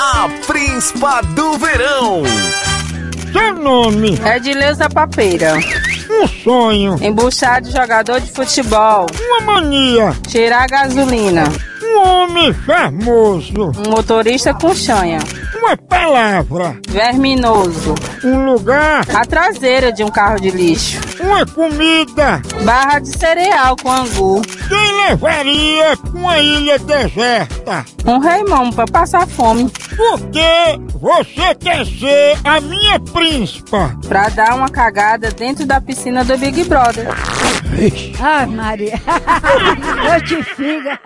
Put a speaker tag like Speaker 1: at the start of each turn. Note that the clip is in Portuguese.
Speaker 1: a Príncipa do Verão.
Speaker 2: Seu nome,
Speaker 3: Edileuza É Papeira.
Speaker 2: um sonho,
Speaker 3: Embuchar de jogador de futebol.
Speaker 2: uma mania,
Speaker 3: Tirar a gasolina.
Speaker 2: um homem charmoso,
Speaker 3: Um motorista com chanha.
Speaker 2: uma palavra,
Speaker 3: Verminoso.
Speaker 2: um lugar,
Speaker 3: A traseira de um carro de lixo.
Speaker 2: uma comida.
Speaker 3: Barra de cereal com angu.
Speaker 2: Quem levaria pra uma ilha deserta?
Speaker 3: Um reimão pra passar fome.
Speaker 2: Porque você quer ser a minha príncipa.
Speaker 3: Pra dar uma cagada dentro da piscina do Big Brother.
Speaker 4: Ai, Maria. Eu te figa.